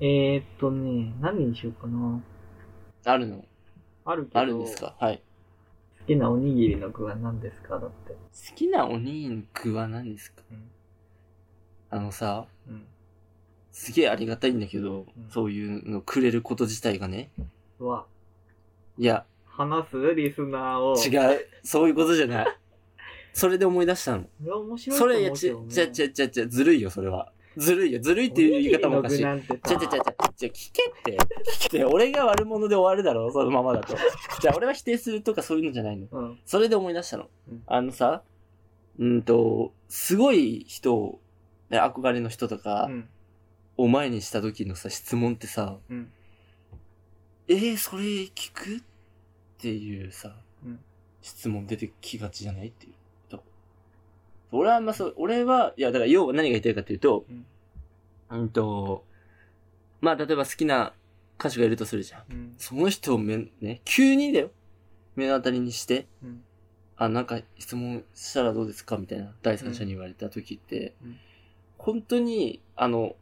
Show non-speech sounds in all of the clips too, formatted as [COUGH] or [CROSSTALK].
えー、っとね、何にしようかな。あるのあるけど、あるんですかはい。好きなおにぎりの具は何ですかだって。好きなおにぎりの具は何ですかうんあのさ、うん。すげえありがたいんだけど、うんそういうのくれること自体がね。うわ、いや、話すリスナーを。違う。そういうことじゃない。それで思い出したの。う。面白いとそれ、いや、思うけち、どね。ちゃちゃちゃちゃ、ずるいよ、それは。ずるいよ。ずるいっていう言い方もおかしい。ちおゃにぎりの具なんてさちゃちゃちゃ、じゃ聞けって。聞けて、俺が悪者で終わるだろ、そのままだと。じゃあ、俺は否定するとかそういうのじゃないの。うん。それで思い出したのうん。あのさ、うんと、すごい人を、ね憧れの人とうかん。を前にした時のさ、質問ってさ、うん。えー、それ聞くっていうさ、うん質問出てきがちじゃないっていうと。俺はあんまそう、俺は、いや、だから要は何が言いたいかっていうと、うんうんと、まあ、例えば好きな歌手がいるとするじゃん。うん。その人をめ、ね、急にだよ。目の当たりにして、うん。あ、なんか質問したらどうですかみたいな、第三者に言われた時って、うんうん本当に、あの、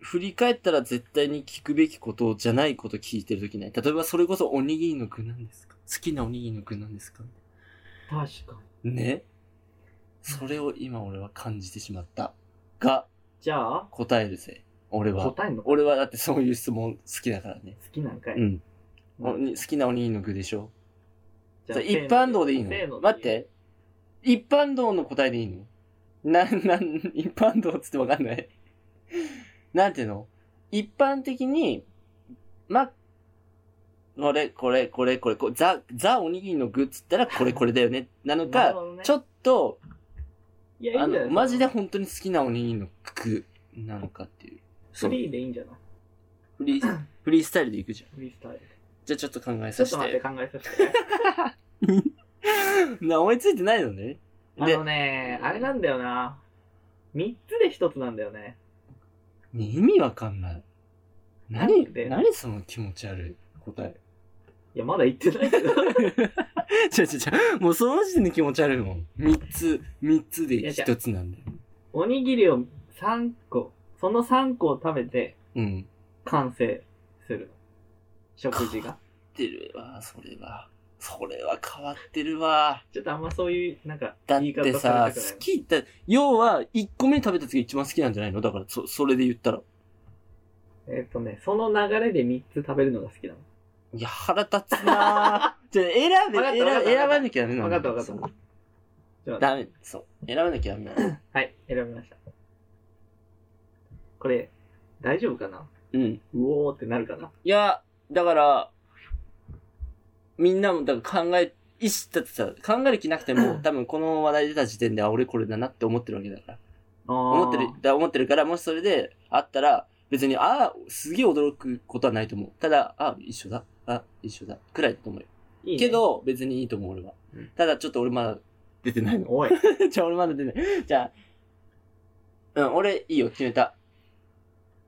振り返ったら絶対に聞くべきことじゃないこと聞いてる時ない。例えばそれこそおにぎりの具なんですか好きなおにぎりの具なんですか確かに。ね。それを今俺は感じてしまった。が、じゃあ、答えるぜ。俺は。答えんの好俺はだってそういう質問好きだからね。きなんかい。うん。うおんに好きなおにぎりの具でしょじゃあそれ一般道でいいせーのの待っ。て。一般道の答えでいいのな、な、一般道っつってわかんない。なんていうの一般的に、ま、これ、これ、これ、これ、これザ、ザおにぎりの具っつったらこれ、これだよね。なのなるほか、どねちょっと、いや、いいあんじゃなの、いマジで。本当に好きなおにぎりの具なのかっていう。フそう。リーでいいんじゃないフリー、フリースタイルでいくじゃん。フリースタイル。じゃあちょっと考えちょっさせと待ってて。考えさせて。 [LAUGHS] な、思いついてないのね。あでの、ね、あれなんだよな。三つで一つなんだよね。ね意味わかんない。なん何で何その気持ち悪い [LAUGHS] 答え。いや、まだ言ってない [LAUGHS] けど。違う違う違う。もうその時点で気持ち悪いもん。三つ、三ついやでじゃ一つなんだよ。おにぎりを3個、その3個を食べてうん。完成する。食事が。変わってるわ、それは。それは変わってるわ。ちょっとあんまそういう、なんか、だっ言い方てさされ、たくない好きって、要は、一個目食べた時が一番好きなんじゃないのだから、そ、それで言ったら。えっ、とね、その流れで3つ食べるのが好きなの。いや、腹立つな [LAUGHS] ぁ。じゃあ、選わべ、かった選わかったべ、選ばなきゃダメなんわだかよったわかった。そうちょっと待っダメ、そう。選ばなきゃダメなの。てはい、選びました。これ、大丈夫かなうん。うおーってなるかないや、だから、みんなも、だから考え、意識だってさ、考える気なくて [LAUGHS] も、多分この話題出た時点で、あ、俺これだなって思ってるわけだから。思思ってる、だ思ってるから、もしそれであったら、別に、ああ、すげえ驚くことはないと思う。ただ、ああ、一緒だ。あ、一緒だ。くらいだと思うよ。いい、ね、け、ど、別にいいと思う、俺はうん。ただ、ちょっと俺まだ出てないの。おい。 [LAUGHS] じゃあ、俺まだ出ない。じゃあ、うん、俺、いいよ、決めた。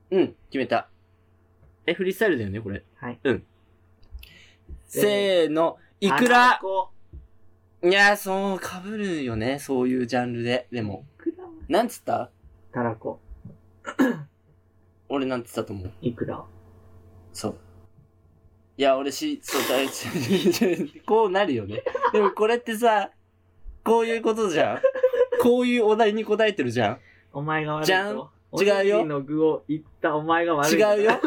うん、決めた。え、フリースタイルだよね、これ。はい。せーの、いくあんらこいや、そう、かぶるよね、そういうジャンルで。でも、いくらなんつったたらこ。俺なんつったと思う。いくらそう。いや、俺し、そう、大事。 [LAUGHS] こうなるよね。でもこれってさ、こういうことじゃん。こういうお題に答えてるじゃん。お前が悪いぞ。じゃんおにぎ違うよりの具を言ったお前が悪い。違うよ。。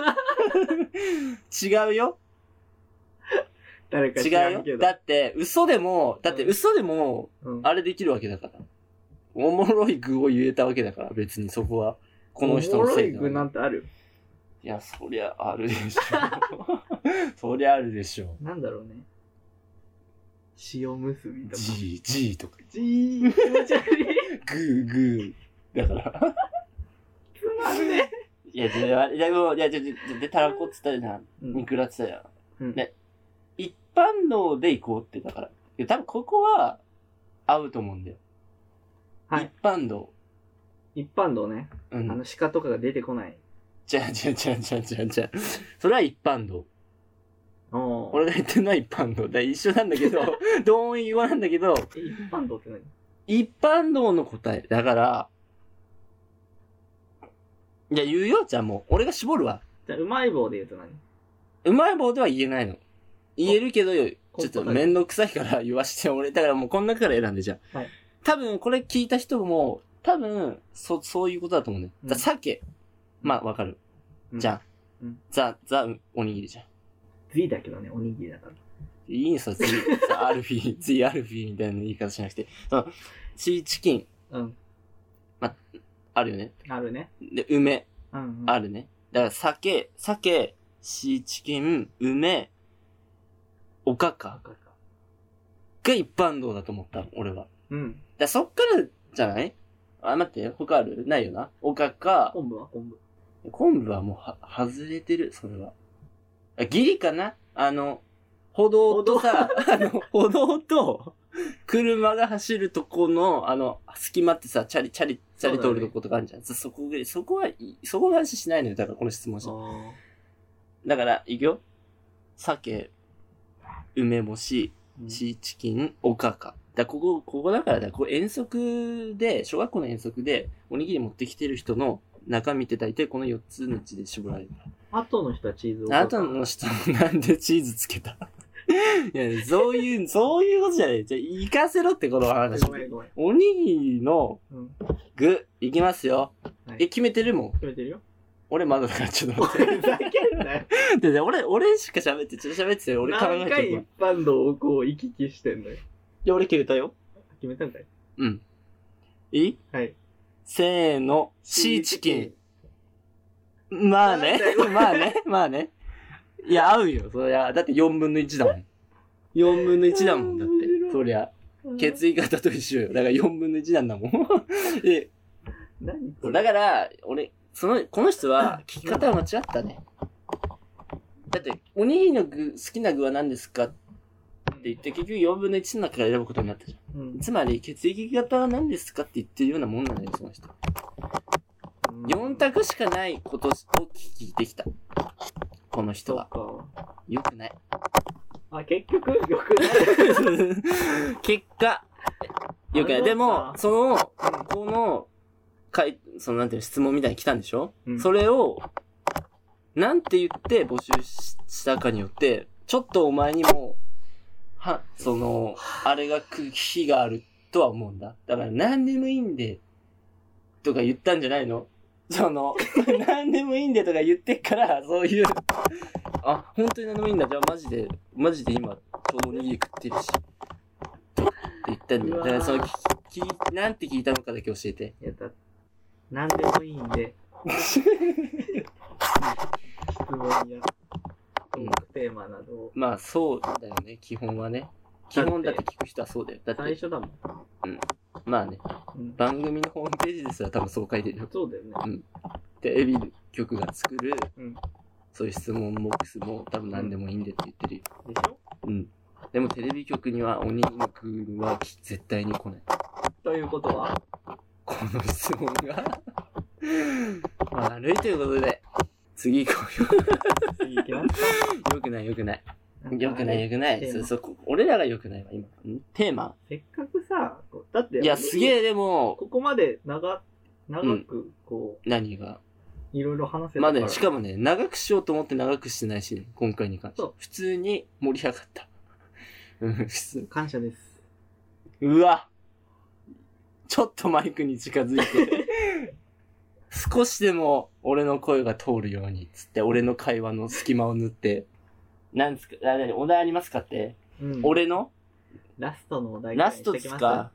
違うよ。 [LAUGHS] 誰か違知らんうけよ。ど。だって、嘘でも、だってうん嘘でも、うんあれできるわけだから。おもろい具を言えたわけだから、別にそこは。この人のせいおもだろい具なんてあるいや、そりゃあるでしょ。 [LAUGHS] そりゃあるでしょ。なんだろうね。塩結びとか。 G、G とか、じー気持ち悪い。グー、グー。だから。つまん [LAUGHS] ねいや、じゃあ、いや、もういや、じゃあ、じゃあじゃあで、たらこっつったらな、え。ミクラっつったらな。うんね一般道で行こうって、だから。いや、多分ここは、合うと思うんだよ。はい一般道。一般道ね。うあん。の鹿とかが出てこない。じゃあ、じゃあ、じゃあ、じゃあ、じゃあ、じゃあ。それは一般道。おー俺が言ってるのは一般道。だから一緒なんだ [LAUGHS] けど、同意語なんだけど、え一般道って何一般道の答え。だから、いや、言うよ、じゃあもう。俺が絞るわ。じゃあうまい棒で言うと何うまい棒では言えないの。言えるけど、ちこょっとめんどくさいから言わして、俺、だからもうこの中から選んで、じゃあ。はい多分、これ聞いた人も、多分、そ、そういうことだと思うね。うんだから鮭。まあ、わかる。うんじゃん。うんザ、ザ、おにぎりじゃん。次だけどね、おにぎりだから。いいんすよ、次、ザアルフィー、次アルフィーみたいな言い方しなくて。その、チーチキン、うん。あるよね。あるね。で、梅、うん、うん。あるね。だから、酒、酒、シーチキン、梅、おかか赤か。が一般道だと思った、俺は。うん。だそっからじゃないあ、待って、他あるないよな。おかか、昆布は昆布。昆布はもうは、外れてる、それは。あ、ギリかなあの、歩道とさ、あの、歩道と、車が走るとこの、あの、隙間ってさ、チャリ、チャリ、チャリそうだ通ねるとことかあるじゃん。そ,、こぐらい、そこはいい、そこの話しないのよ。だから、この質問した。あだから、いくよ。鮭、梅干し、ーシーチキン、おかか。だここ、ここだからだ、こう遠足で、小学校の遠足で、おにぎり持ってきてる人の中身って大体この4つのうちで絞られる。後の人はチーズを。あとの人、なんでチーズつけた [LAUGHS] いや、そういう、そういうことじゃない。じゃあ行かせろってこの話。ごめんごめん。おにぎりのうん。具、いきますよ。はいえ、決めてるもん。決めてるよ。俺まだだから、ちょっと [LAUGHS] ふ待って。ざけんなよ。 [LAUGHS] でで俺、俺しか喋って、ちょっと喋ってて、俺考え何てる回い一般道をこう行き来してんのよ。や、俺決めたよ。決めたんかいうん。いいはい。せーの、シーチキン。。まあねなんだ、よまあね、まあね。いや、合うよ、そりゃ。だって4分の1だもん。4分の1だもん、だっあー面て白。いそりゃ。血。血液型と一緒よ。だから4分の1なんだ [LAUGHS] もん。え何こそうれだから、俺、その、この人は、聞き方は間違ったね。だって、おにぎりの具、好きな具は何ですかって言って、結局4分の1の中から選ぶことになったじゃん。うんつまり、血液型は何ですかって言ってるようなもんなんだよ、その人。4択しかないことを聞いてきた。この人そはっ。か。よくない。あ、結局、よくない。結果、よくない。でも、その、この、かい、その、なんていうの質問みたいに来たんでしょ、うんそれを、なんて言って募集ししたかによって、ちょっとお前にも、は、その、あれが来る日があるとは思うんだ。だから、何でもいいんで、とか言ったんじゃないのその、 [LAUGHS] 何でもいいんでとか言ってっから、そういう、あ、本当に何でもいいんだ。じゃあ、マジで、マジで今、ちょうどおにぎり食ってるし。って言ったんだよ。うわだかーら、その、き、き、なんて聞いたのかだけ教えて。いや、だ何でもいいんで、質問やトークテーマなどを。まあ、そうだよね。基本はね。基本だって聞く人はそうだよ。だっ最て、初だもん。まあね、うん番組のホームページですら多分そう書いてるよ。そうだよね。で、エビ局が作る、うんそういう質問ボックスも多分何でもいいんでって言ってるよ。でしょうん。でもテレビ局には鬼の君はき絶対に来ない。ということはこの質問が [LAUGHS] 悪いということで、次行こうよ。次行きます [LAUGHS] よくないよくない。かよくないよくない。テーそマそこ、俺らがよくないわ、今。んテーマせっかくさ、こうだって、いや、すげえ、でも、ここまで長、長く、こ何がう、いろいろ話せたまから。あね、しかもね、長くしようと思って長くしてないし、ね、今回に関してそう。普通に盛り上がった。 [LAUGHS] うん、普通。感謝です。うわちょっとマイクに近づ [LAUGHS] いて。少しでも俺の声が通るように、つって、俺の会話の隙間を縫って。なんですか、あ、なに、お題ありますかって。うん、俺のラストのお題ラストですか